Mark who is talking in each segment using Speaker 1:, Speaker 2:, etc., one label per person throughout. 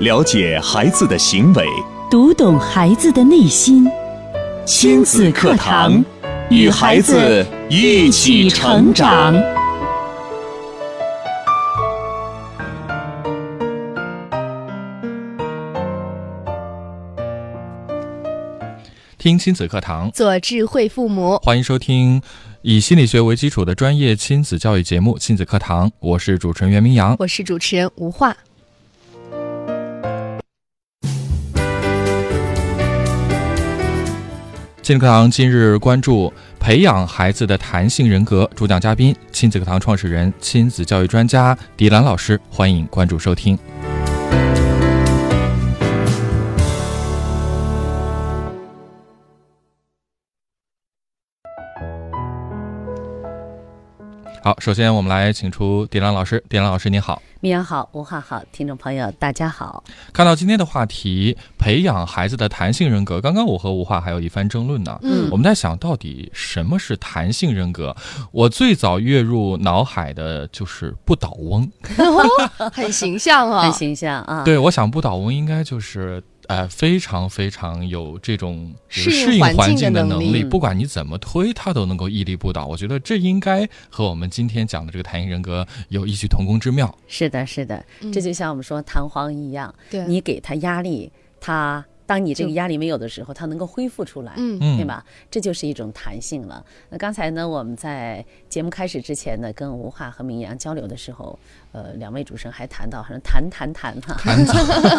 Speaker 1: 了解孩子的行为。
Speaker 2: 读懂孩子的内心，亲子课堂，与孩子一起成长。
Speaker 3: 听亲子课堂，
Speaker 4: 做智慧父母。
Speaker 3: 欢迎收听以心理学为基础的专业亲子教育节目《亲子课堂》，我是主持人袁明阳。
Speaker 4: 我是主持人吴化。
Speaker 3: 亲子课堂今日关注培养孩子的弹性人格，主讲嘉宾亲子课堂创始人、亲子教育专家迪兰老师，欢迎关注收听。好，首先我们来请出迪兰老师，迪兰老师您好。
Speaker 5: 米阳好，吴汉好，听众朋友大家好。
Speaker 3: 看到今天的话题，培养孩子的弹性人格，刚刚我和吴化还有一番争论呢。
Speaker 4: 嗯
Speaker 3: 我们在想到底什么是弹性人格？我最早跃入脑海的就是不倒翁。
Speaker 4: 很形象 啊、
Speaker 5: 很形象啊。
Speaker 3: 对，我想不倒翁应该就是。呃，非常非常有这种有
Speaker 4: 适应
Speaker 3: 适应
Speaker 4: 环
Speaker 3: 环
Speaker 4: 境
Speaker 3: 境
Speaker 4: 的
Speaker 3: 的
Speaker 4: 能
Speaker 3: 能
Speaker 4: 力
Speaker 3: 力，不管你怎么推，它都能够屹立不倒。我觉得这应该和我们今天讲的这个弹性人格有异曲同工之妙。
Speaker 5: 是的，是的，这就像我们说弹簧一样，
Speaker 4: 对，
Speaker 5: 你给他压力，他当你这个
Speaker 4: 就
Speaker 5: 压力没有的时候，他能够恢复出来。
Speaker 4: 嗯
Speaker 3: 嗯，
Speaker 5: 对吧？这就是一种弹性了。那刚才呢，我们在节目开始之前呢，跟吴化和明阳交流的时候，呃，两位主持人还谈到，好像谈谈谈哈，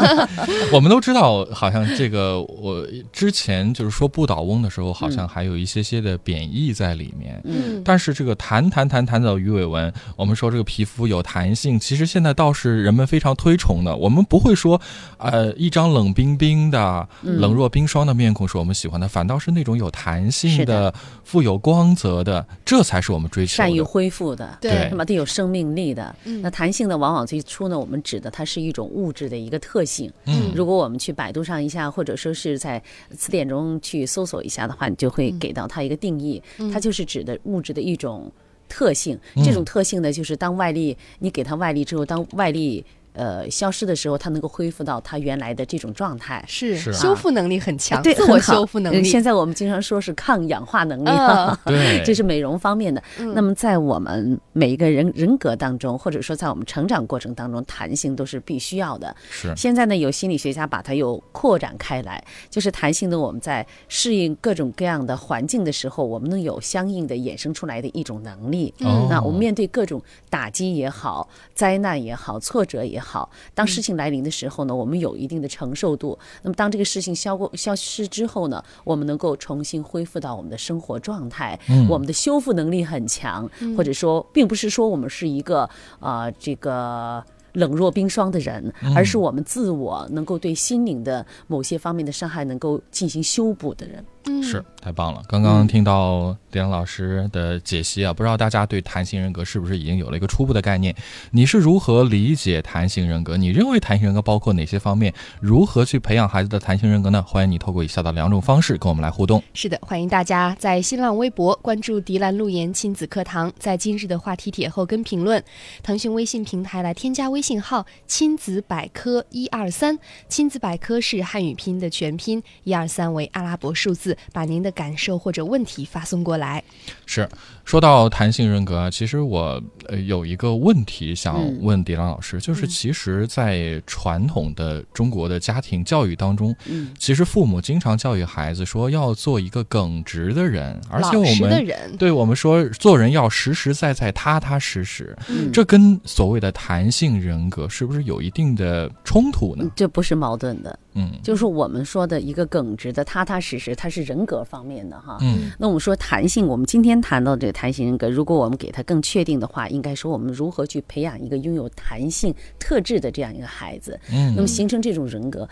Speaker 3: 我们都知道，好像这个我之前就是说不倒翁的时候，好像还有一些些的贬义在里面。
Speaker 4: 嗯，
Speaker 3: 但是这个弹弹弹弹的鱼尾纹，我们说这个皮肤有弹性，其实现在倒是人们非常推崇的。我们不会说，呃，一张冷冰冰的、
Speaker 5: 嗯
Speaker 3: 冷若冰霜的面孔是我们喜欢的，反倒是那种有弹性
Speaker 5: 是
Speaker 3: 的
Speaker 5: 的、
Speaker 3: 富有光泽的，这才是我们追求
Speaker 5: 善于
Speaker 3: 的。
Speaker 5: 恢复的，
Speaker 3: 对
Speaker 5: 哎那么它有生命力的。
Speaker 4: 嗯
Speaker 5: 那弹性的往往最初呢，我们指的它是一种物质的一个特性。
Speaker 3: 嗯
Speaker 5: 如果我们去百度上一下，或者说是在词典中去搜索一下的话，你就会
Speaker 4: 嗯
Speaker 5: 给到它一个定义，它就是指的物质的一种特性。
Speaker 4: 嗯
Speaker 5: 这种特性呢，就是当外力你给它外力之后，当外力呃消失的时候，它能够恢复到它原来的这种状态。
Speaker 4: 是
Speaker 3: 是
Speaker 4: 修复能力很强，
Speaker 5: 对，
Speaker 4: 自我
Speaker 5: 很好
Speaker 4: 修复能
Speaker 5: 嗯
Speaker 4: 力。
Speaker 5: 现在我们经常说是抗氧化能力，
Speaker 4: 嗯
Speaker 3: 对
Speaker 5: 这是美容方面的。那么在我们每一个人人格当中，或者说在我们成长过程当中，弹性都是必须要的。
Speaker 3: 是
Speaker 5: 现在呢，有心理学家把它又扩展开来，就是弹性的我们在适应各种各样的环境的时候，我们能有相应的衍生出来的一种能力。
Speaker 3: 哦
Speaker 5: 嗯那我们面对各种打击也好、灾难也好、挫折也好，当事情来临的时候呢，我们有一定的承受度。那么当这个事情消过消失之后呢，我们能够重新恢复到我们的生活状态，我们的修复能力很强，或者说，并不是说我们是一个啊这个。冷若冰霜的人，而是我们自我能够对心灵的某些方面的伤害能够进行修补的人。
Speaker 4: 嗯
Speaker 3: 是，太棒了！刚刚听到李阳老师的解析啊，不知道大家对弹性人格是不是已经有了一个初步的概念？你是如何理解弹性人格？你认为弹性人格包括哪些方面？如何去培养孩子的弹性人格呢？欢迎你透过以下的两种方式跟我们来互动。
Speaker 4: 是的，欢迎大家在新浪微博关注“迪兰路言亲子课堂”，在今日的话题帖后跟评论。腾讯微信平台来添加微信号“亲子百科一二三”，亲子百科是汉语拼音的全拼，一二三为阿拉伯数字，把您的感受或者问题发送过来。
Speaker 3: 是，说到弹性人格啊，其实我呃有一个问题想
Speaker 5: 嗯
Speaker 3: 问迪兰老师，就是其实，在传统的中国的家庭教育当中，
Speaker 5: 嗯，
Speaker 3: 其实父母经常教育孩子说要做一个耿直的人，而且
Speaker 4: 老
Speaker 3: 我
Speaker 4: 实
Speaker 3: 们
Speaker 4: 的人，
Speaker 3: 对我们说，做人要实实在在、踏踏实实，
Speaker 5: 嗯
Speaker 3: 这跟所谓的弹性人格是不是有一定的冲突呢？
Speaker 5: 这不是矛盾的。
Speaker 3: 嗯
Speaker 5: 就是我们说的一个耿直的、踏踏实实，它是人格方面的哈。
Speaker 3: 嗯
Speaker 5: 那我们说弹性，我们今天谈到这个弹性人格，如果我们给它更确定的话，应该说我们如何去培养一个拥有弹性特质的这样一个孩子，那
Speaker 3: 嗯
Speaker 5: 么形成这种人格。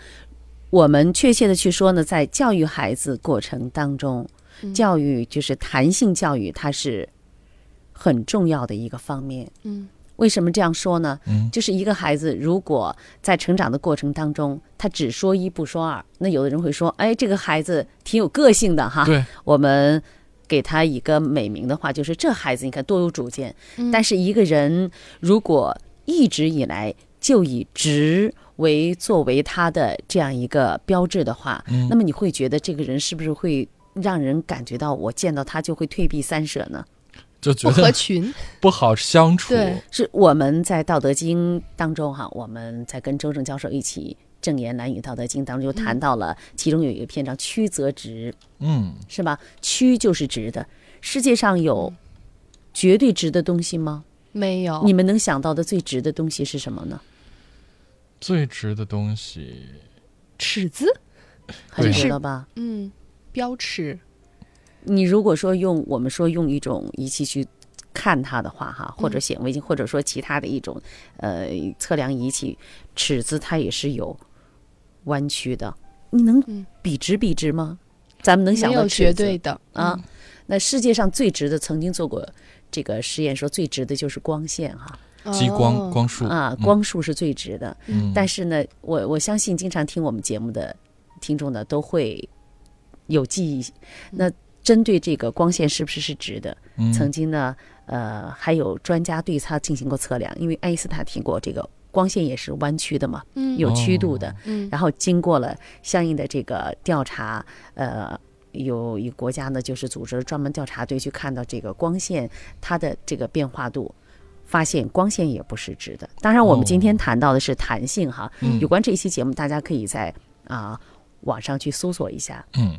Speaker 5: 我们确切的去说呢，在教育孩子过程当中，教育就是弹性教育，它是很重要的一个方面。
Speaker 4: 嗯，
Speaker 5: 为什么这样说呢？
Speaker 3: 嗯
Speaker 5: 就是一个孩子如果在成长的过程当中，他只说一不说二，那有的人会说，哎，这个孩子挺有个性的哈。
Speaker 3: 对，
Speaker 5: 我们给他一个美名的话，就是这孩子你看多有主见。但是一个人如果一直以来就以直为作为他的这样一个标志的话，
Speaker 3: 嗯
Speaker 5: 那么你会觉得这个人是不是会让人感觉到我见到他就会退避三舍呢？
Speaker 3: 就
Speaker 4: 不
Speaker 3: 觉
Speaker 4: 合
Speaker 3: 得
Speaker 4: 群，
Speaker 3: 不好相处。
Speaker 4: 对
Speaker 5: 是我们在《道德经》当中哈，我们在跟周正教授一起正言蓝语《道德经》当中就谈到了，其中有一个篇章“曲则直”，
Speaker 3: 嗯，
Speaker 5: 是吧？曲就是直的。世界上有绝对直的东西吗？
Speaker 4: 没有
Speaker 5: 你们能想到的最直的东西是什么呢？
Speaker 3: 最直的东西，
Speaker 4: 尺子，
Speaker 5: 很
Speaker 3: 对
Speaker 5: 直了吧？
Speaker 4: 嗯，标尺，
Speaker 5: 你如果说用我们说用一种仪器去看它的话，
Speaker 4: 嗯
Speaker 5: 哈，或者显微镜，或者说其他的一种呃测量仪器，尺子它也是有弯曲的。你能
Speaker 4: 嗯
Speaker 5: 比直比直吗？咱们能想
Speaker 4: 没
Speaker 5: 到
Speaker 4: 有
Speaker 5: 尺
Speaker 4: 绝
Speaker 5: 子
Speaker 4: 对嗯的
Speaker 5: 啊，？那世界上最直的，曾经做过这个实验，说最直的就是光线哈
Speaker 4: 嗯
Speaker 3: 激光、
Speaker 4: 哦
Speaker 3: 光束
Speaker 5: 啊，
Speaker 3: 嗯
Speaker 5: 光束是最直的。
Speaker 3: 嗯
Speaker 5: 但是呢，我我相信经常听我们节目的听众呢，都会有记忆。那针对这个光线是不是是直的？
Speaker 3: 嗯
Speaker 5: 曾经呢，呃，还有专家对它进行过测量，因为爱因斯坦提过这个光线也是弯曲的嘛，
Speaker 4: 嗯
Speaker 5: 有曲度
Speaker 3: 哦
Speaker 5: 的。
Speaker 4: 嗯
Speaker 5: 然后经过了相应的这个调查，呃。有一国家呢，就是组织了专门调查队去看到这个光线它的这个变化度，发现光线也不是直的。当然，我们今天谈到的是弹性哈，
Speaker 3: 哦嗯
Speaker 5: 有关这一期节目，大家可以在啊、网上去搜索一下
Speaker 3: 嗯
Speaker 5: 《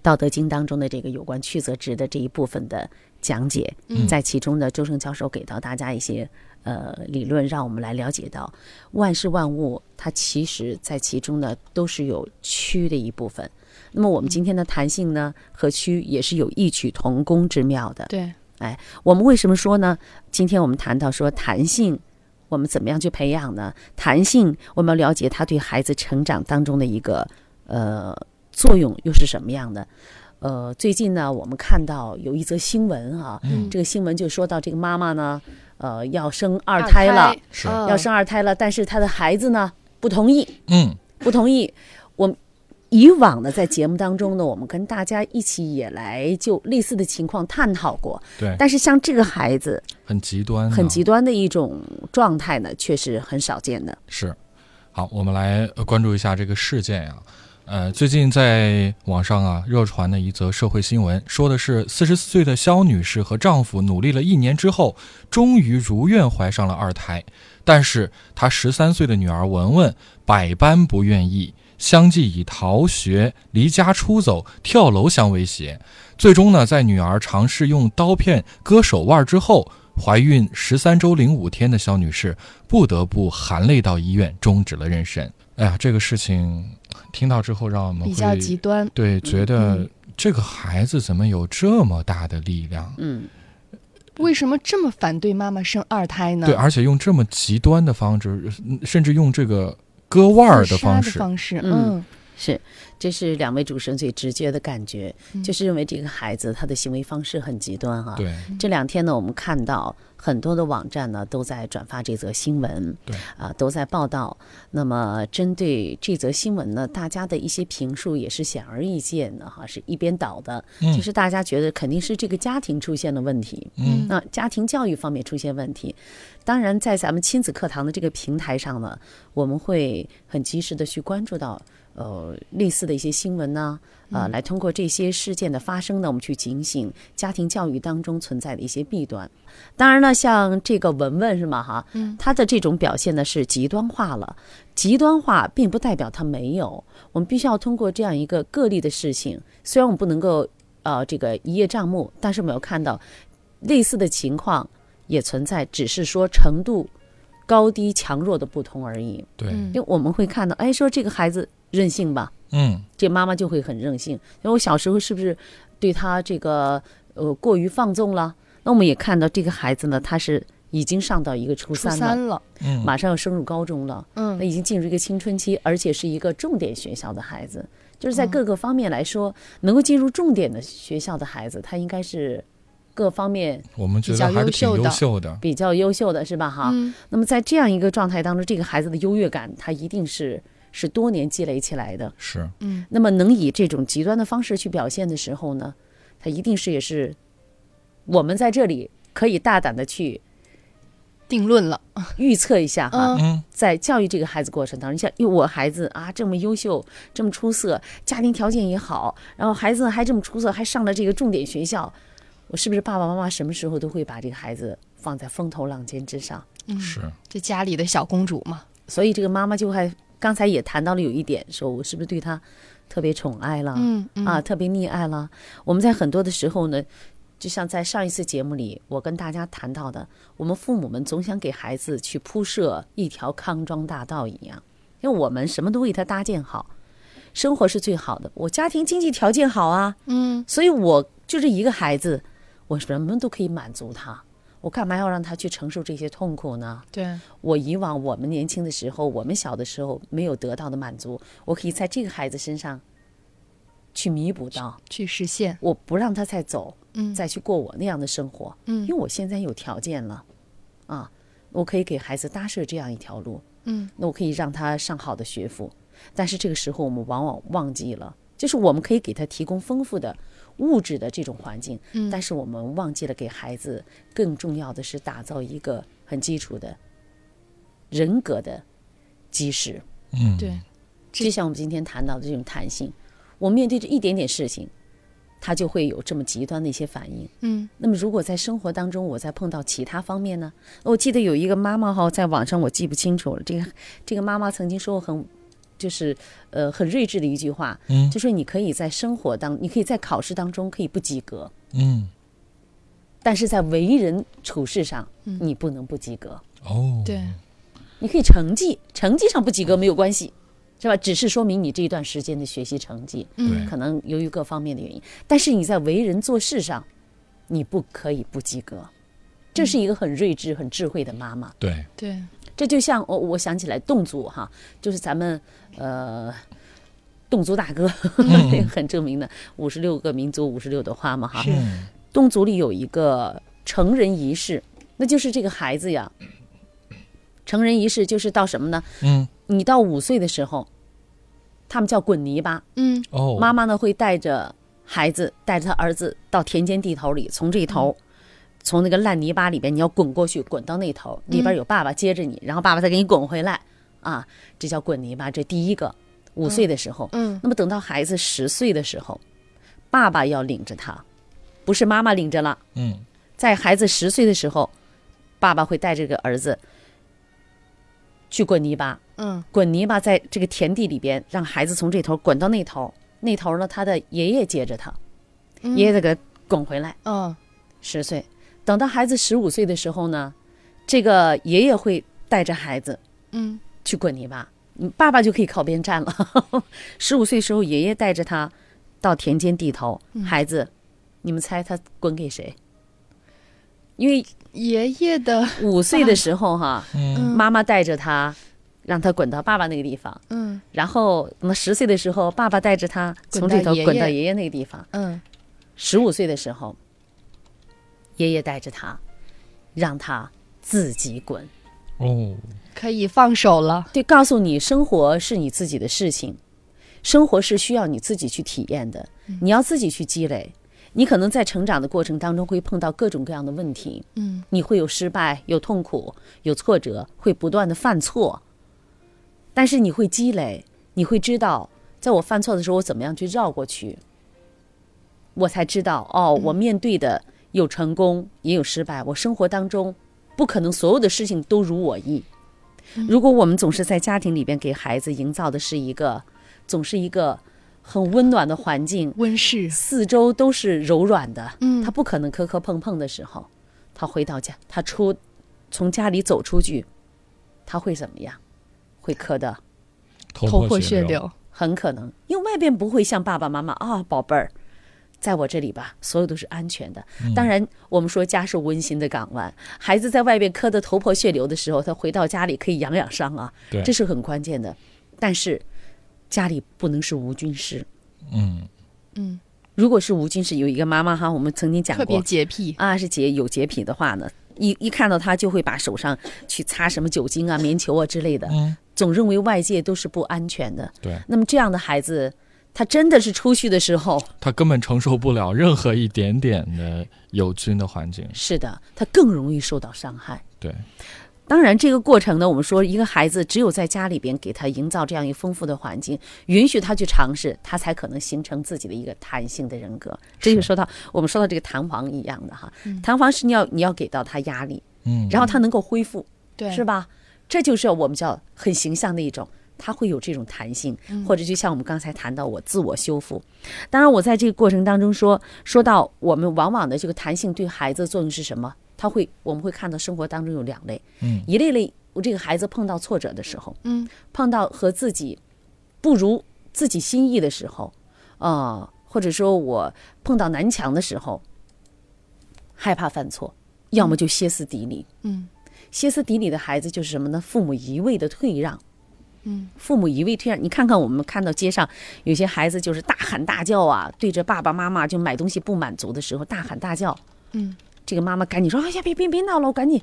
Speaker 5: 道德经》当中的这个有关去则直的这一部分的讲解。
Speaker 4: 嗯
Speaker 5: 在其中呢，周胜教授给到大家一些呃理论，让我们来了解到万事万物它其实在其中呢都是有曲的一部分。那么我们今天的弹性呢和曲也是有异曲同工之妙的。
Speaker 4: 对，
Speaker 5: 我们为什么说呢？今天我们谈到说弹性，我们怎么样去培养呢？弹性，我们要了解它对孩子成长当中的一个呃作用又是什么样的？呃，最近呢，我们看到有一则新闻啊，
Speaker 3: 哎
Speaker 4: 嗯
Speaker 5: 这个新闻就说到这个妈妈呢，呃，要生二
Speaker 4: 二
Speaker 5: 胎了，
Speaker 3: 是
Speaker 4: 嗯
Speaker 5: 要生二胎了，但是她的孩子呢不同意，
Speaker 3: 嗯
Speaker 5: 不同意。我们以往呢，在节目当中呢，我们跟大家一起也来就类似的情况探讨过。
Speaker 3: 对，
Speaker 5: 但是像这个孩子，
Speaker 3: 很极端呢，啊
Speaker 5: 很极端的一种状态呢，确实很少见的。
Speaker 3: 是，好，我们来呃关注一下这个事件啊。呃，最近在网上啊热传的一则社会新闻，说的是四十四岁的肖女士和丈夫努力了一年之后，终于如愿怀上了二胎，但是她十三岁的女儿文文百般不愿意，相继以逃学、离家出走、跳楼相威胁，最终呢，在女儿尝试用刀片割手腕之后，怀孕十三周零五天的肖女士不得不含泪到医院终止了妊娠。哎呀，这个事情听到之后，让我们
Speaker 4: 比较
Speaker 3: 会
Speaker 4: 极端，
Speaker 3: 对觉得
Speaker 4: 嗯
Speaker 3: 这个孩子怎么有这么大的力量？
Speaker 5: 嗯，
Speaker 4: 为什么这么反对妈妈生二胎呢？
Speaker 3: 对，而且用这么极端的方式，嗯甚至用这个割腕儿
Speaker 4: 自
Speaker 3: 的
Speaker 4: 杀
Speaker 3: 方
Speaker 4: 的
Speaker 3: 式，
Speaker 4: 方式，
Speaker 5: 嗯
Speaker 4: 嗯，
Speaker 5: 是，这是两位主持人最直接的感觉，就是认为这个孩子他的行为方式很极端哈、
Speaker 3: 对，
Speaker 5: 这两天呢，我们看到很多的网站呢都在转发这则新闻，
Speaker 3: 对
Speaker 5: 啊、都在报道。那么针对这则新闻呢，大家的一些评述也是显而易见的哈，是一边倒的，
Speaker 3: 嗯
Speaker 5: 就是大家觉得肯定是这个家庭出现了问题，
Speaker 3: 嗯
Speaker 4: 嗯
Speaker 5: 那家庭教育方面出现问题，当然在咱们亲子课堂的这个平台上呢，我们会很及时的去关注到呃类似的一些新闻呢，呃，来通过这些事件的发生呢，我们去警醒家庭教育当中存在的一些弊端。当然呢，像这个文文是吗？哈，嗯，他的这种表现呢是极端化了，极端化并不代表他没有，我们必须要通过这样一个个例的事情，虽然我们不能够。呃，这个一叶障目，但是我们要看到类似的情况也存在，只是说程度高低强弱的不同而已。
Speaker 3: 对，
Speaker 4: 嗯
Speaker 5: 因为我们会看到，哎，说这个孩子任性吧，
Speaker 3: 嗯
Speaker 5: 这妈妈就会很任性。因为我小时候是不是对他这个呃过于放纵了？那我们也看到这个孩子呢，他是已经上到一个初
Speaker 4: 初
Speaker 5: 三了，
Speaker 4: 三了，
Speaker 3: 嗯，
Speaker 5: 马上要升入高中了，那
Speaker 4: 嗯
Speaker 5: 已经进入一个青春期，而且是一个重点学校的孩子，就是在各个方面来说，能够进入重点的学校的孩子，他应该是各方面
Speaker 3: 我们觉
Speaker 4: 比
Speaker 3: 得
Speaker 4: 较
Speaker 3: 还是
Speaker 4: 优
Speaker 3: 挺
Speaker 4: 秀
Speaker 3: 优
Speaker 4: 的
Speaker 3: 秀的，
Speaker 5: 比较优秀的是吧？哈，
Speaker 4: 嗯
Speaker 5: 那么在这样一个状态当中，这个孩子的优越感，他一定是是多年积累起来的。
Speaker 3: 是，
Speaker 4: 嗯，
Speaker 5: 那么能以这种极端的方式去表现的时候呢，他一定是也是我们在这里可以大胆的去
Speaker 4: 定论了，
Speaker 5: 预测一下哈，
Speaker 4: 嗯
Speaker 3: 嗯，
Speaker 5: 在教育这个孩子过程当中，像因为我孩子啊这么优秀，这么出色，家庭条件也好，然后孩子还这么出色，还上了这个重点学校，我是不是爸爸妈妈什么时候都会把这个孩子放在风头浪尖之上？
Speaker 4: 嗯
Speaker 3: 是
Speaker 4: 这家里的小公主嘛，
Speaker 5: 所以这个妈妈就还刚才也谈到了有一点，说我是不是对他特别宠爱了？
Speaker 4: 嗯嗯
Speaker 5: 啊，特别溺爱了。我们在很多的时候呢，就像在上一次节目里，我跟大家谈到的，我们父母们总想给孩子去铺设一条康庄大道一样，因为我们什么都为他搭建好，生活是最好的，我家庭经济条件好啊，
Speaker 4: 嗯，
Speaker 5: 所以我就是一个孩子，我什么都可以满足他，我干嘛要让他去承受这些痛苦呢？
Speaker 4: 对，
Speaker 5: 我以往我们年轻的时候，我们小的时候没有得到的满足，我可以在这个孩子身上去弥补到。
Speaker 4: 去实现，
Speaker 5: 我不让他再走，
Speaker 4: 嗯
Speaker 5: 再去过我那样的生活，
Speaker 4: 嗯
Speaker 5: 因为我现在有条件了，啊，我可以给孩子搭设这样一条路，
Speaker 4: 嗯，
Speaker 5: 那我可以让他上好的学府，但是这个时候我们往往忘记了，就是我们可以给他提供丰富的物质的这种环境，
Speaker 4: 嗯
Speaker 5: 但是我们忘记了给孩子更重要的是打造一个很基础的人格的基石，
Speaker 3: 嗯，
Speaker 4: 对，这
Speaker 5: 就像我们今天谈到的这种弹性，我面对着一点点事情，他就会有这么极端的一些反应。
Speaker 4: 嗯
Speaker 5: 那么如果在生活当中，我再碰到其他方面呢？我记得有一个妈妈哈，在网上我记不清楚了，这个这个妈妈曾经说过很。就是，呃，很睿智的一句话，
Speaker 3: 嗯
Speaker 5: 就说你可以在生活当，你可以在考试当中可以不及格，
Speaker 3: 嗯，
Speaker 5: 但是在为人处事上，你不能不及格。
Speaker 3: 哦，
Speaker 4: 对，
Speaker 5: 你可以成绩成绩上不及格没有关系，是吧？只是说明你这一段时间的学习成绩，
Speaker 4: 嗯
Speaker 3: 对
Speaker 5: 可能由于各方面的原因，但是你在为人做事上，你不可以不及格。这是一个很睿智、很智慧的妈妈。
Speaker 3: 对，
Speaker 4: 对，
Speaker 5: 这就像我、我想起来侗族哈，就是咱们呃侗族大哥、 很著名的五十六个民族五十六朵花嘛哈。
Speaker 3: 嗯
Speaker 5: 侗族里有一个成人仪式，那就是这个孩子呀，成人仪式就是到什么呢？
Speaker 3: 嗯，
Speaker 5: 你到五岁的时候，他们叫滚泥巴，
Speaker 4: 嗯
Speaker 3: 哦，
Speaker 5: 妈妈呢会带着孩子，带着他儿子到田间地头里，从这一头，
Speaker 3: 嗯
Speaker 5: 从那个烂泥巴里边，你要滚过去，滚到那头，里边有爸爸接着你，然后爸爸再给你滚回来，啊，这叫滚泥巴，这第一个，五岁的时候，
Speaker 4: 嗯
Speaker 5: 那么等到孩子十岁的时候，爸爸要领着他，不是妈妈领着了。
Speaker 3: 嗯
Speaker 5: 在孩子十岁的时候，爸爸会带这个儿子去滚泥巴，
Speaker 4: 嗯
Speaker 5: 滚泥巴在这个田地里边，让孩子从这头滚到那头，那头呢，他的爷爷接着他，爷爷再给他滚回来。
Speaker 4: 嗯
Speaker 5: 十岁，等到孩子十五岁的时候呢，这个爷爷会带着孩子
Speaker 4: 嗯
Speaker 5: 去滚泥巴，嗯爸爸就可以靠边站了。 十五岁时候，爷爷带着他到田间地头，孩子，你们猜他滚给谁？因为
Speaker 4: 爷爷的，
Speaker 5: 五岁的时候哈，
Speaker 3: 嗯
Speaker 5: 妈妈带着他，让他滚到爸爸那个地方。
Speaker 4: 嗯
Speaker 5: 然后，那么十岁的时候，爸爸带着他
Speaker 4: 滚
Speaker 5: 从这
Speaker 4: 到
Speaker 5: 头
Speaker 4: 爷
Speaker 5: 滚到
Speaker 4: 爷
Speaker 5: 爷爷那个地方。
Speaker 4: 嗯
Speaker 5: 十五岁的时候，爷爷带着他，让他自己滚。
Speaker 3: 哦，
Speaker 4: 可以放手了，
Speaker 5: 对，告诉你，生活是你自己的事情，生活是需要你自己去体验的，你要自己去积累。你可能在成长的过程当中会碰到各种各样的问题，
Speaker 4: 嗯，
Speaker 5: 你会有失败、有痛苦、有挫折，会不断的犯错，但是你会积累，你会知道，在我犯错的时候，我怎么样去绕过去，我才知道哦，我面对的有成功也有失败，我生活当中不可能所有的事情都如我意。如果我们总是在家庭里边给孩子营造的是一个，总是一个很温暖的环境，
Speaker 4: 温室，
Speaker 5: 四周都是柔软的，
Speaker 4: 嗯
Speaker 5: 他不可能磕磕碰碰的时候，他回到家，他出从家里走出去，他会怎么样？会磕的，
Speaker 3: 头
Speaker 4: 破
Speaker 3: 破
Speaker 4: 血
Speaker 3: 流，
Speaker 4: 流，
Speaker 5: 很可能，因为外边不会像爸爸妈妈啊，宝贝儿。在我这里吧，所有都是安全的。当然，我们说家是温馨的港湾，孩子在外边磕得头破血流的时候，他回到家里可以养养伤啊，
Speaker 3: 对
Speaker 5: 这是很关键的。但是，家里不能是无菌室。
Speaker 3: 嗯
Speaker 5: 如果是无菌室，有一个妈妈哈，我们曾经讲
Speaker 4: 特
Speaker 5: 过，
Speaker 4: 别洁癖，
Speaker 5: 啊，是洁有洁癖的话呢，一一看到他就会把手上去擦什么酒精啊、棉球啊之类的，
Speaker 3: 嗯，
Speaker 5: 总认为外界都是不安全的。
Speaker 3: 对，
Speaker 5: 那么这样的孩子，他真的是出去的时候，
Speaker 3: 他根本承受不了任何一点点的有菌的环境。
Speaker 5: 是的，他更容易受到伤害。
Speaker 3: 对，
Speaker 5: 当然，这个过程呢，我们说一个孩子只有在家里边给他营造这样一个丰富的环境，允许他去尝试，他才可能形成自己的一个弹性的人格。这就说到我们说到这个弹簧一样的哈，弹簧是你要你要给到他压力，
Speaker 3: 嗯，
Speaker 5: 然后他能够恢复，
Speaker 4: 对，
Speaker 5: 是吧？这就是我们叫很形象的一种，它会有这种弹性，
Speaker 4: 嗯
Speaker 5: 或者就像我们刚才谈到我自我修复。当然，我在这个过程当中说说到我们往往的这个弹性对孩子的作用是什么？他会我们会看到生活当中有两类，
Speaker 3: 嗯
Speaker 5: 一类类这个孩子碰到挫折的时候，
Speaker 4: 嗯，
Speaker 5: 碰到和自己不如自己心意的时候，呃，或者说我碰到南墙的时候，害怕犯错，要么就歇斯底里，
Speaker 4: 嗯，
Speaker 5: 歇斯底里的孩子就是什么呢？父母一味的退让，
Speaker 4: 嗯，
Speaker 5: 父母一味退让。你看看我们看到街上有些孩子就是大喊大叫啊，对着爸爸妈妈就买东西不满足的时候大喊大叫，
Speaker 4: 嗯，
Speaker 5: 这个妈妈赶紧说：“哎呀，别别别闹了，我赶紧，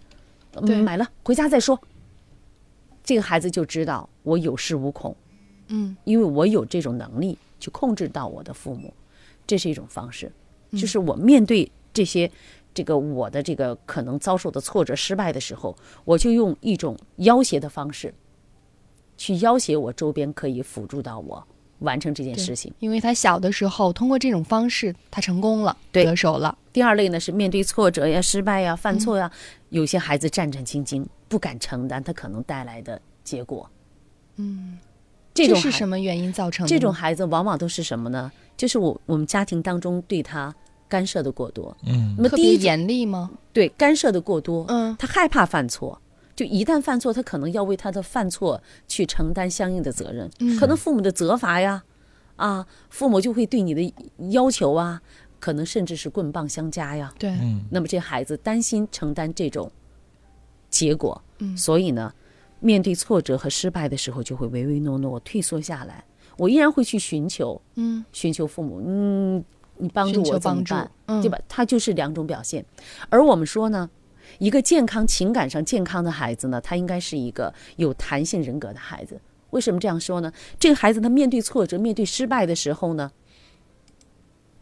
Speaker 5: 嗯
Speaker 4: 对
Speaker 5: 买了回家再说。”这个孩子就知道我有恃无恐，
Speaker 4: 嗯，
Speaker 5: 因为我有这种能力去控制到我的父母，这是一种方式，
Speaker 4: 嗯
Speaker 5: 就是我面对这些。这个我的这个可能遭受的挫折、失败的时候，我就用一种要挟的方式，去要挟我周边可以辅助到我完成这件事情。
Speaker 4: 因为他小的时候通过这种方式，他成功了，
Speaker 5: 对
Speaker 4: 得手了，
Speaker 5: 第二类呢是面对挫折呀、失败呀、犯错呀，啊有些孩子战战兢兢，不敢承担他可能带来的结果。嗯，这
Speaker 4: 这
Speaker 5: 种
Speaker 4: 是
Speaker 5: 孩
Speaker 4: 什么原因造成的呢？
Speaker 5: 这种孩子往往都是什么呢？就是我我们家庭当中对他干涉的过多。
Speaker 3: 嗯
Speaker 5: 那么
Speaker 4: 特
Speaker 5: 第
Speaker 4: 别
Speaker 5: 一种
Speaker 4: 严厉吗？
Speaker 5: 对干涉的过多，
Speaker 4: 嗯
Speaker 5: 他害怕犯错。就一旦犯错，他可能要为他的犯错去承担相应的责任，
Speaker 4: 嗯
Speaker 5: 可能父母的责罚呀，啊，父母就会对你的要求啊，可能甚至是棍棒相加呀，
Speaker 4: 对，
Speaker 3: 嗯
Speaker 5: 那么这孩子担心承担这种结果，
Speaker 4: 嗯
Speaker 5: 所以呢，面对挫折和失败的时候，就会唯唯诺诺，退缩下来。我依然会去寻求，
Speaker 4: 嗯，
Speaker 5: 寻求父母，嗯，你帮助我
Speaker 4: 寻求
Speaker 5: 怎么
Speaker 4: 帮助
Speaker 5: 办？
Speaker 4: 嗯
Speaker 5: 对吧？他就是两种表现。而我们说呢，一个健康情感上健康的孩子呢，他应该是一个有弹性人格的孩子。为什么这样说呢？这个孩子他面对挫折、面对失败的时候呢，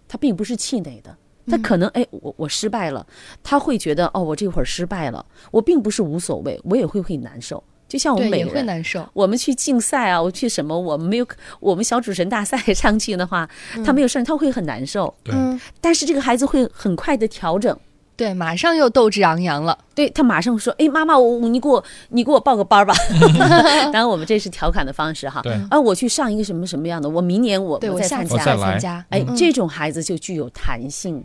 Speaker 5: 他并不是气馁的，他可
Speaker 4: 嗯
Speaker 5: 能、哎，我我失败了，他会觉得哦，我这会儿失败了，我并不是无所谓，我也会会难受。就像我
Speaker 4: 对
Speaker 5: 们，每
Speaker 4: 也
Speaker 5: 个
Speaker 4: 会
Speaker 5: 人，
Speaker 4: 难受。
Speaker 5: 我们去竞赛啊，我去什么，我们没有，我们小主持人大赛上去的话，他没有上，他会很难受。
Speaker 3: 对
Speaker 4: 嗯，
Speaker 5: 但是这个孩子会很快的调整，
Speaker 4: 对，马上又斗志昂扬了。
Speaker 5: 对他马上说：“哎，妈妈，我你给我你给我报个班儿 吧。”当然，我们这是调侃的方式哈。
Speaker 3: 对
Speaker 5: 啊，我去上一个什么什么样的，我明年我
Speaker 4: 对
Speaker 5: 我再
Speaker 4: 下
Speaker 5: 参
Speaker 4: 次嗯
Speaker 3: 我
Speaker 5: 加
Speaker 3: 再
Speaker 4: 再
Speaker 3: 来
Speaker 4: 参加。
Speaker 5: 哎，这种孩子就具有弹性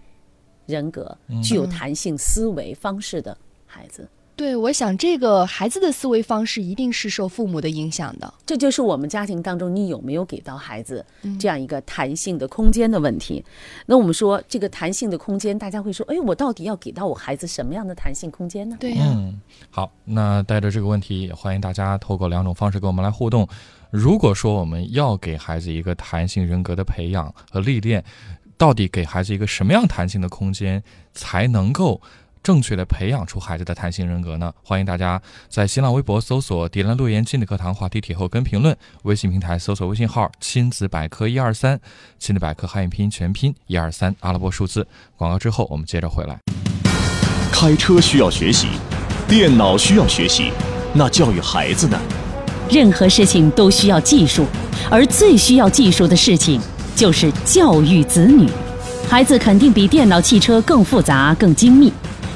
Speaker 5: 人格、
Speaker 4: 嗯
Speaker 5: 具有弹性思维方式的孩子，
Speaker 4: 对，我想这个孩子的思维方式一定是受父母的影响的。
Speaker 5: 这就是我们家庭当中你有没有给到孩子
Speaker 4: 嗯
Speaker 5: 这样一个弹性的空间的问题。那我们说这个弹性的空间，大家会说，哎，我到底要给到我孩子什么样的弹性空间呢？
Speaker 4: 对
Speaker 3: 嗯，好，那带着这个问题，也欢迎大家透过两种方式跟我们来互动。如果说我们要给孩子一个弹性人格的培养和历练，到底给孩子一个什么样弹性的空间，才能够正确的培养出孩子的弹性人格呢？欢迎大家在新浪微博搜索“迪兰路言亲子课堂”话题帖后跟评论，微信平台搜索微信号“亲子百科一二三”，亲子百科汉语拼音全拼一二三阿拉伯数字。广告之后我们接着回来。
Speaker 1: 开车需要学习，电脑需要学习，那教育孩子呢？
Speaker 2: 任何事情都需要技术，而最需要技术的事情就是教育子女。孩子肯定比电脑、汽车更复杂、更精密，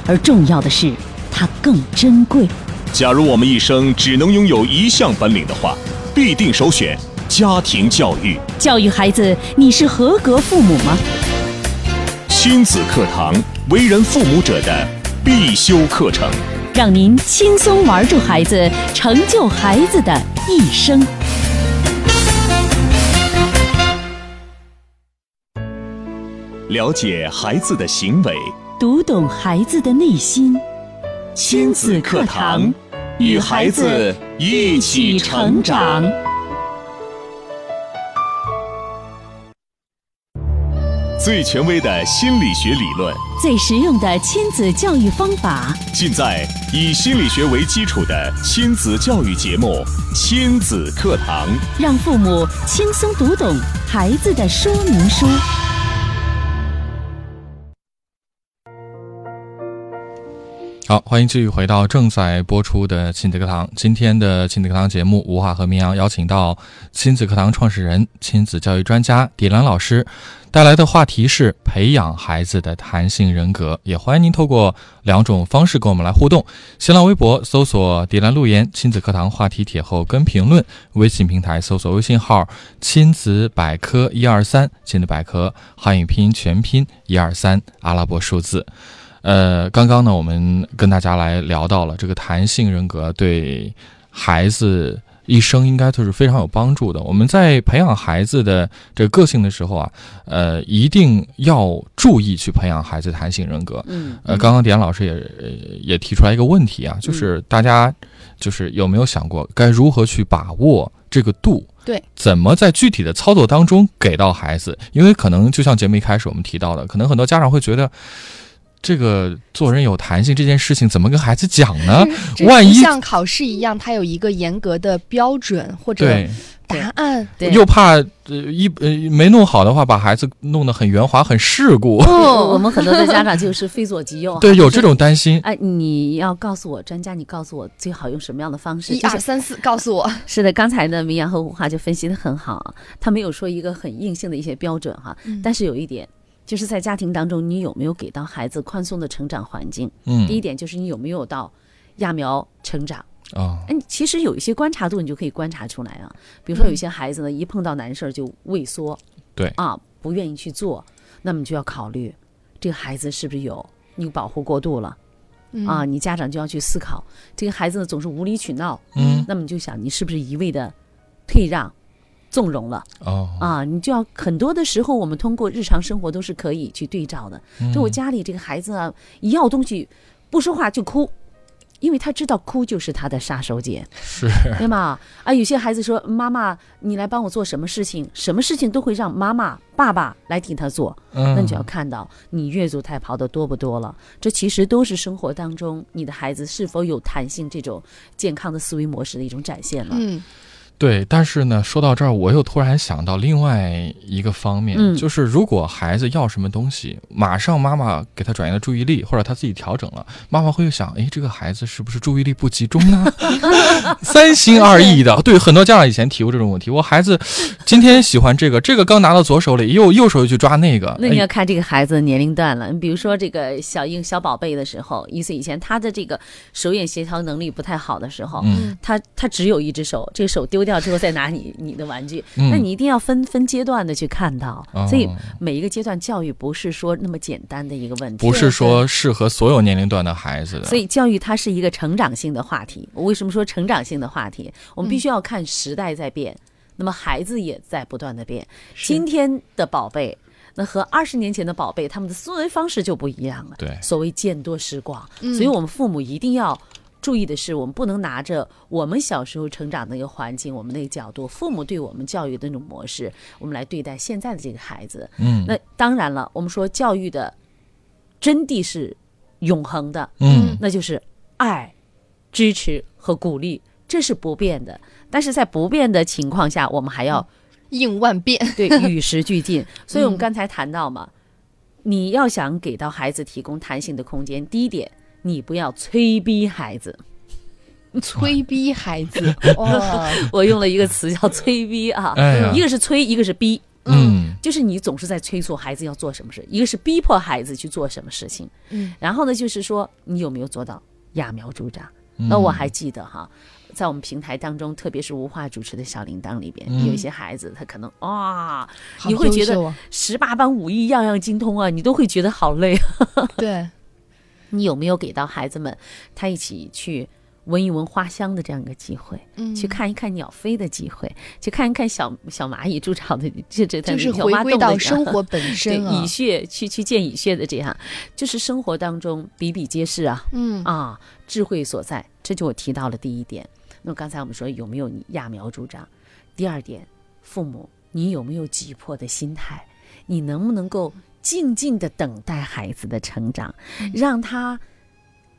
Speaker 2: 而重要的是，它更珍贵。
Speaker 1: 假如我们一生只能拥有一项本领的话，必定首选家庭教育。
Speaker 2: 教育孩子，你是合格父母吗？
Speaker 1: 亲子课堂，为人父母者的必修课程。
Speaker 2: 让您轻松玩住孩子，成就孩子的一生。
Speaker 1: 了解孩子的行为，
Speaker 2: 读懂孩子的内心，
Speaker 1: 亲子课堂与孩子一起成长。最权威的心理学理论，
Speaker 2: 最实用的亲子教育方法，
Speaker 1: 尽在以心理学为基础的亲子教育节目《亲子课堂》。
Speaker 2: 让父母轻松读懂孩子的说明书。
Speaker 3: 好，欢迎继续回到正在播出的亲子课堂。今天的亲子课堂节目，吴华和明阳邀请到亲子课堂创始人、亲子教育专家迪兰老师带来的话题是培养孩子的弹性人格。也欢迎您透过两种方式跟我们来互动：新浪微博搜索“迪兰路言亲子课堂”话题帖后跟评论；微信平台搜索微信号“亲子百科一二三”，亲子百科汉语拼音全拼一二三阿拉伯数字。呃，刚刚呢，我们跟大家来聊到了这个弹性人格对孩子一生应该都是非常有帮助的。我们在培养孩子的这个个性的时候啊，呃，一定要注意去培养孩子弹性人格。
Speaker 5: 嗯，
Speaker 3: 呃，刚刚点老师也呃也提出来一个问题啊，就是大家就是有没有想过该如何去把握这个度？
Speaker 4: 对，
Speaker 3: 怎么在具体的操作当中给到孩子？因为可能就像节目一开始我们提到的，可能很多家长会觉得。这个做人有弹性这件事情怎么跟孩子讲 呢？
Speaker 4: 只
Speaker 3: 万一
Speaker 4: 像考试一样，它有一个严格的标准或者
Speaker 3: 对，
Speaker 4: 答案。
Speaker 5: 对
Speaker 3: 又怕呃一呃没弄好的话，把孩子弄得很圆滑、很世故。。
Speaker 5: 哦我我们很多的家长就是非左即右
Speaker 3: 对，有这种担心。
Speaker 5: 哎，你要告诉我，专家，你告诉我最好用什么样的方式？
Speaker 4: 一
Speaker 5: 就
Speaker 4: 二
Speaker 5: 是啊
Speaker 4: 三四，告诉我。
Speaker 5: 是的，刚才呢，明阳和吴华就分析的很好啊，他没有说一个很硬性的一些标准哈、但是有一点。就是在家庭当中，你有没有给到孩子宽松的成长环境？
Speaker 3: 嗯
Speaker 5: 第一点就是你有没有到揠苗成长？
Speaker 3: 啊，
Speaker 5: 哎，你其实有一些观察度，你就可以观察出来啊。比如说，有一些孩子呢，一碰到难事儿就畏缩，
Speaker 3: 嗯对
Speaker 5: 啊，不愿意去做，那么你就要考虑这个孩子是不是有你保护过度了、
Speaker 3: 嗯
Speaker 5: 啊？你家长就要去思考，这个孩子呢总是无理取闹，
Speaker 3: 嗯
Speaker 5: 那么你就想，你是不是一味的退让、纵容了
Speaker 3: 哦，
Speaker 5: 啊？你就要很多的时候，我们通过日常生活都是可以去对照的。
Speaker 3: 嗯
Speaker 5: 就我家里这个孩子啊，一要东西不说话就哭，因为他知道哭就是他的杀手锏，
Speaker 3: 是
Speaker 5: 对吗？啊，有些孩子说：“妈妈，你来帮我做什么事情？什么事情都会让妈妈、爸爸来替他做。”
Speaker 3: 嗯，
Speaker 5: 那你就要看到你越俎代庖的多不多了。这其实都是生活当中你的孩子是否有弹性这种健康的思维模式的一种展现了。
Speaker 4: 嗯，
Speaker 3: 对，但是呢，说到这儿，我又突然想到另外一个方面，
Speaker 5: 嗯
Speaker 3: 就是如果孩子要什么东西，马上妈妈给他转移了注意力，或者他自己调整了，妈妈会想，哎，这个孩子是不是注意力不集中呢？ 三心二意的。对，很多家长以前提过这种问题，我孩子今天喜欢这个，这个刚拿到左手里，右右手又去抓那个，
Speaker 5: 那你要
Speaker 3: 哎
Speaker 5: 看这个孩子的年龄段了。你比如说这个小婴小宝贝的时候，一岁以前，他的这个手眼协调能力不太好的时候，
Speaker 3: 嗯
Speaker 5: 他他只有一只手，这个手丢掉之后再拿你你的玩具，
Speaker 3: 嗯
Speaker 5: 那你一定要分分阶段的去看到。
Speaker 3: 哦
Speaker 5: 所以每一个阶段教育不是说那么简单的一个问题，
Speaker 3: 不是说适合所有年龄段的孩子的。
Speaker 5: 所以教育它是一个成长性的话题。我为什么说成长性的话题？我们必须要看时代在变，那么孩子也在不断的变。今天的宝贝。那和二十年前的宝贝，他们的思维方式就不一样了。
Speaker 3: 对嗯
Speaker 5: 所谓见多识广，所以我们父母一定要注意的是，我们不能拿着我们小时候成长的一个环境，我们那个角度，父母对我们教育的那种模式，我们来对待现在的这个孩子。
Speaker 3: 嗯
Speaker 5: 那当然了，我们说教育的真谛是永恒的，
Speaker 3: 嗯
Speaker 5: 那就是爱、支持和鼓励，这是不变的。但是在不变的情况下，我们还要
Speaker 4: 应万 变。
Speaker 5: 对与时俱进。所以我们刚才谈到嘛，你要想给到孩子提供弹性的空间，第一点，你不要催逼孩子。
Speaker 4: 催逼孩 子，哦，
Speaker 5: 我用了一个词叫催逼啊，
Speaker 3: 哎呀
Speaker 5: 一个是催，一个是逼。
Speaker 3: 嗯
Speaker 5: 就是你总是在催促孩子要做什么事，一个是逼迫孩子去做什么事情，
Speaker 4: 嗯，
Speaker 5: 然后呢，就是说你有没有做到揠苗助长？那我还记得哈，在我们平台当中，特别是吴化主持的《小铃铛》里边，有一些孩子他可能哇，
Speaker 4: 好
Speaker 5: 你会觉
Speaker 4: 优秀
Speaker 5: 得
Speaker 4: 啊
Speaker 5: 十八般武艺样样精通啊，你都会觉得好累。 啊
Speaker 4: 对，
Speaker 5: 你有没有给到孩子们他一起去闻一闻花香的这样一个机会？
Speaker 4: 嗯
Speaker 5: 去看一看鸟飞的机会，去看一看小小蚂蚁筑巢的，这这
Speaker 4: 就是
Speaker 5: 鸟
Speaker 4: 回
Speaker 5: 挖
Speaker 4: 归
Speaker 5: 洞的
Speaker 4: 到
Speaker 5: 这
Speaker 4: 生
Speaker 5: 样
Speaker 4: 活 本
Speaker 5: 对
Speaker 4: 身啊
Speaker 5: 蚁。穴去去见蚁穴的这样，就是生活当中比比皆是啊
Speaker 4: 嗯，
Speaker 5: 啊，智慧所在，这就我提到了第一点。那刚才我们说有没有你揠苗助长？第二点，父母你有没有急迫的心态？你能不能够静静的等待孩子的成长，让他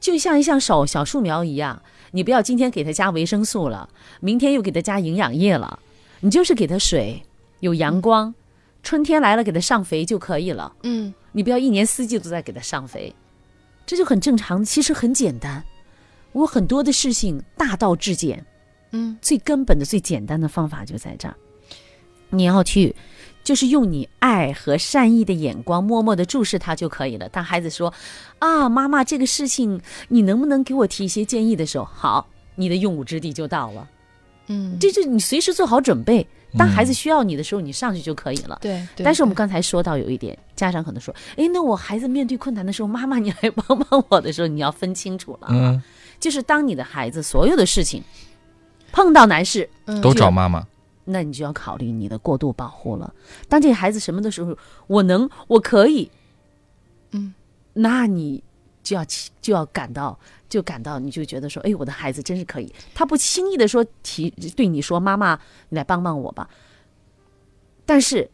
Speaker 5: 就像一项小小树苗一样，你不要今天给他加维生素了，明天又给他加营养液了，你就是给他水，有阳光，春天来了给他上肥就可以了。
Speaker 4: 嗯
Speaker 5: 你不要一年四季都在给它上肥，这就很正常，其实很简单。我很多的事情大道至简，
Speaker 4: 嗯
Speaker 5: 最根本的、最简单的方法就在这儿。你要去，就是用你爱和善意的眼光，默默的注视他就可以了。当孩子说：“啊，妈妈，这个事情你能不能给我提一些建议？”的时候，好，你的用武之地就到了。
Speaker 4: 嗯，
Speaker 5: 这就是你随时做好准备，当孩子
Speaker 3: 嗯
Speaker 5: 需要你的时候，你上去就可以了。
Speaker 4: 对，对
Speaker 5: 但是我们
Speaker 4: 对
Speaker 5: 刚才说到有一点，家长可能说，哎，那我孩子面对困难的时候，妈妈你来帮帮我的时候，你要分清楚了，
Speaker 3: 嗯，
Speaker 5: 就是当你的孩子所有的事情碰到难事，
Speaker 4: 嗯
Speaker 3: 都找妈妈。
Speaker 5: 那你就要考虑你的过度保护了。当这个孩子什么的时候，我能，我可以，
Speaker 4: 嗯，
Speaker 5: 那你就要起就要感到，就感到你就觉得说，哎，我的孩子真是可以。他不轻易的说提对你说，妈妈，你来帮帮我吧。但是，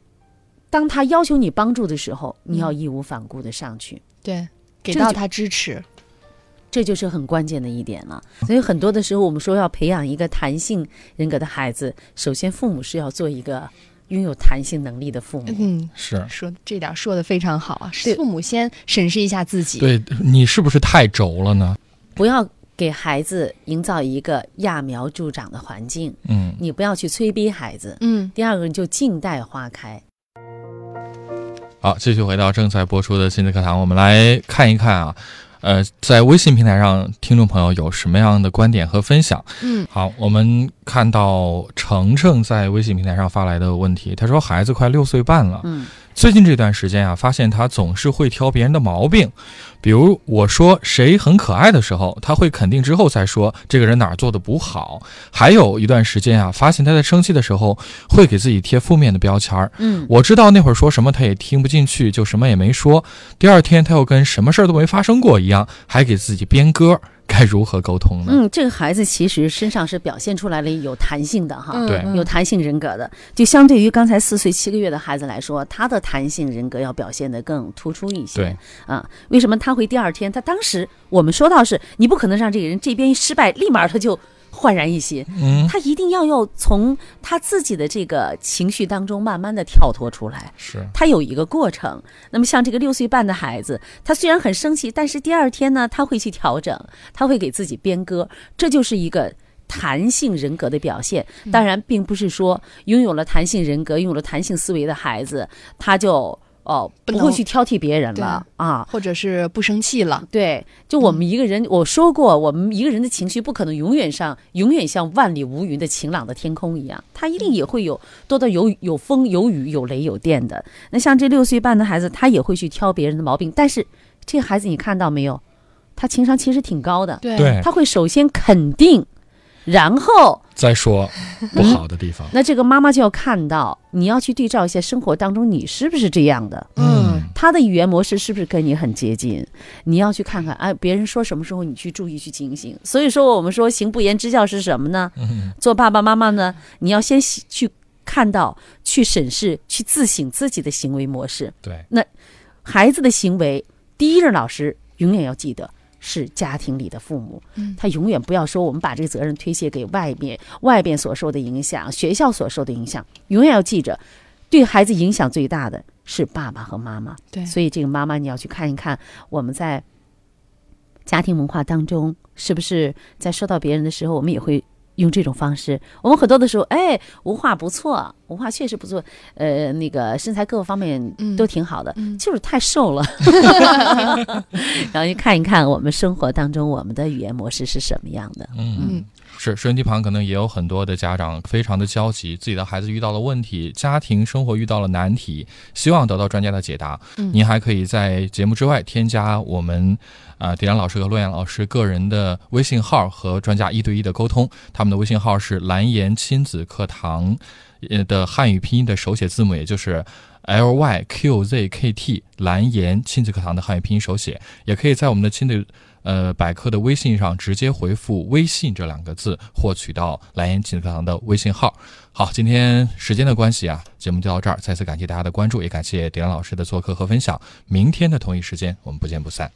Speaker 5: 当他要求你帮助的时候，你要义无反顾的上去。
Speaker 4: 对给
Speaker 5: 这
Speaker 4: 到
Speaker 5: 就
Speaker 4: 他支持，
Speaker 5: 这就是很关键的一点了。所以很多的时候，我们说要培养一个弹性人格的孩子，首先父母是要做一个拥有弹性能力的父母。
Speaker 4: 嗯，
Speaker 3: 是
Speaker 4: 说这点儿说的非常好啊，是
Speaker 5: 对
Speaker 4: 父母先审视一下自己，
Speaker 3: 对你是不是太轴了呢？
Speaker 5: 不要给孩子营造一个揠苗助长的环境，
Speaker 3: 嗯，
Speaker 5: 你不要去催逼孩子。
Speaker 4: 嗯
Speaker 5: 第二个，你就静待花开。
Speaker 3: 好，继续回到正在播出的亲子课堂，我们来看一看啊，呃，在微信平台上，听众朋友有什么样的观点和分享？
Speaker 4: 嗯，
Speaker 3: 好，我们看到程程在微信平台上发来的问题，他说孩子快六岁半了，
Speaker 5: 嗯
Speaker 3: 最近这段时间啊，发现他总是会挑别人的毛病，比如我说谁很可爱的时候，他会肯定之后再说这个人哪儿做的不好。还有一段时间啊，发现他在生气的时候会给自己贴负面的标签儿。
Speaker 5: 嗯，
Speaker 3: 我知道那会儿说什么他也听不进去，就什么也没说。第二天他又跟什么事儿都没发生过一样，还给自己编歌，该如何沟通呢？
Speaker 5: 嗯，这个孩子其实身上是表现出来了有弹性的哈。
Speaker 4: 嗯
Speaker 3: 对
Speaker 4: 嗯
Speaker 5: 有弹性人格的，就相对于刚才四岁七个月的孩子来说，他的弹性人格要表现得更突出一些。
Speaker 3: 对，
Speaker 5: 啊，为什么他会第二天？他当时我们说到是，你不可能让这个人这边一失败，立马他就焕然一新，
Speaker 3: 嗯，
Speaker 5: 他一定要要从他自己的这个情绪当中慢慢的跳脱出来。
Speaker 3: 是，
Speaker 5: 他有一个过程。那么像这个六岁半的孩子，他虽然很生气，但是第二天呢，他会去调整，他会给自己编歌，这就是一个。弹性人格的表现，
Speaker 4: 嗯
Speaker 5: 当然并不是说拥有了弹性人格、拥有了弹性思维的孩子，他就哦
Speaker 4: 不
Speaker 5: 不
Speaker 4: 能
Speaker 5: 会去挑剔别人了啊。
Speaker 4: 或者是不生气了，
Speaker 5: 对，就我们一个人，我说过，我们一个人的情绪不可能永远上，永远像万里无云的晴朗的天空一样，他一定也会有多到有有风有雨有雷有电的。那像这六岁半的孩子，他也会去挑别人的毛病，但是这个孩子你看到没有，他情商其实挺高的，
Speaker 4: 对
Speaker 3: 对，
Speaker 5: 他会首先肯定，然后
Speaker 3: 再说不好的地方。
Speaker 5: 那这个妈妈就要看到，你要去对照一下生活当中你是不是这样的。
Speaker 4: 嗯
Speaker 5: 他的语言模式是不是跟你很接近？你要去看看，哎，别人说什么时候你去注意去警醒。所以说，我们说行不言之教是什么呢？
Speaker 3: 嗯
Speaker 5: 做爸爸妈妈呢，你要先喜去看到、去审视、去自省自己的行为模式。
Speaker 3: 对，
Speaker 5: 孩子的行为，第一任老师永远要记得是家庭里的父母，
Speaker 4: 嗯
Speaker 5: 他永远不要说我们把这个责任推卸给外面，外边所受的影响，学校所受的影响，永远要记着，对孩子影响最大的是爸爸和妈妈。
Speaker 4: 对
Speaker 5: 所以这个妈妈你要去看一看，我们在家庭文化当中是不是在说到别人的时候，我们也会。用这种方式，我们很多的时候，哎，文化不错，文化确实不错，呃，那个身材各个方面
Speaker 4: 嗯
Speaker 5: 都挺好的，
Speaker 4: 嗯
Speaker 5: 就是太瘦 了。 然后就看一看我们生活当中我们的语言模式是什么样的。
Speaker 4: 嗯
Speaker 3: 嗯，是收音机旁可能也有很多的家长非常的焦急，自己的孩子遇到了问题，家庭生活遇到了难题，希望得到专家的解答。
Speaker 4: 嗯
Speaker 3: 您还可以在节目之外添加我们啊、呃、迪兰老师和洛阳老师个人的微信号和专家一对一的沟通，他们的微信号是蓝颜亲子课堂，呃的汉语拼音的手写字母，也就是。L Y Q Z K T 蓝颜亲子课堂的汉语拼音手写，也可以在我们的亲子呃百科的微信上直接回复“微信”这两个字，获取到蓝颜亲子课堂的微信号。好，今天时间的关系啊，节目就到这儿。再次感谢大家的关注，也感谢迪兰老师的做客和分享。明天的同一时间，我们不见不散。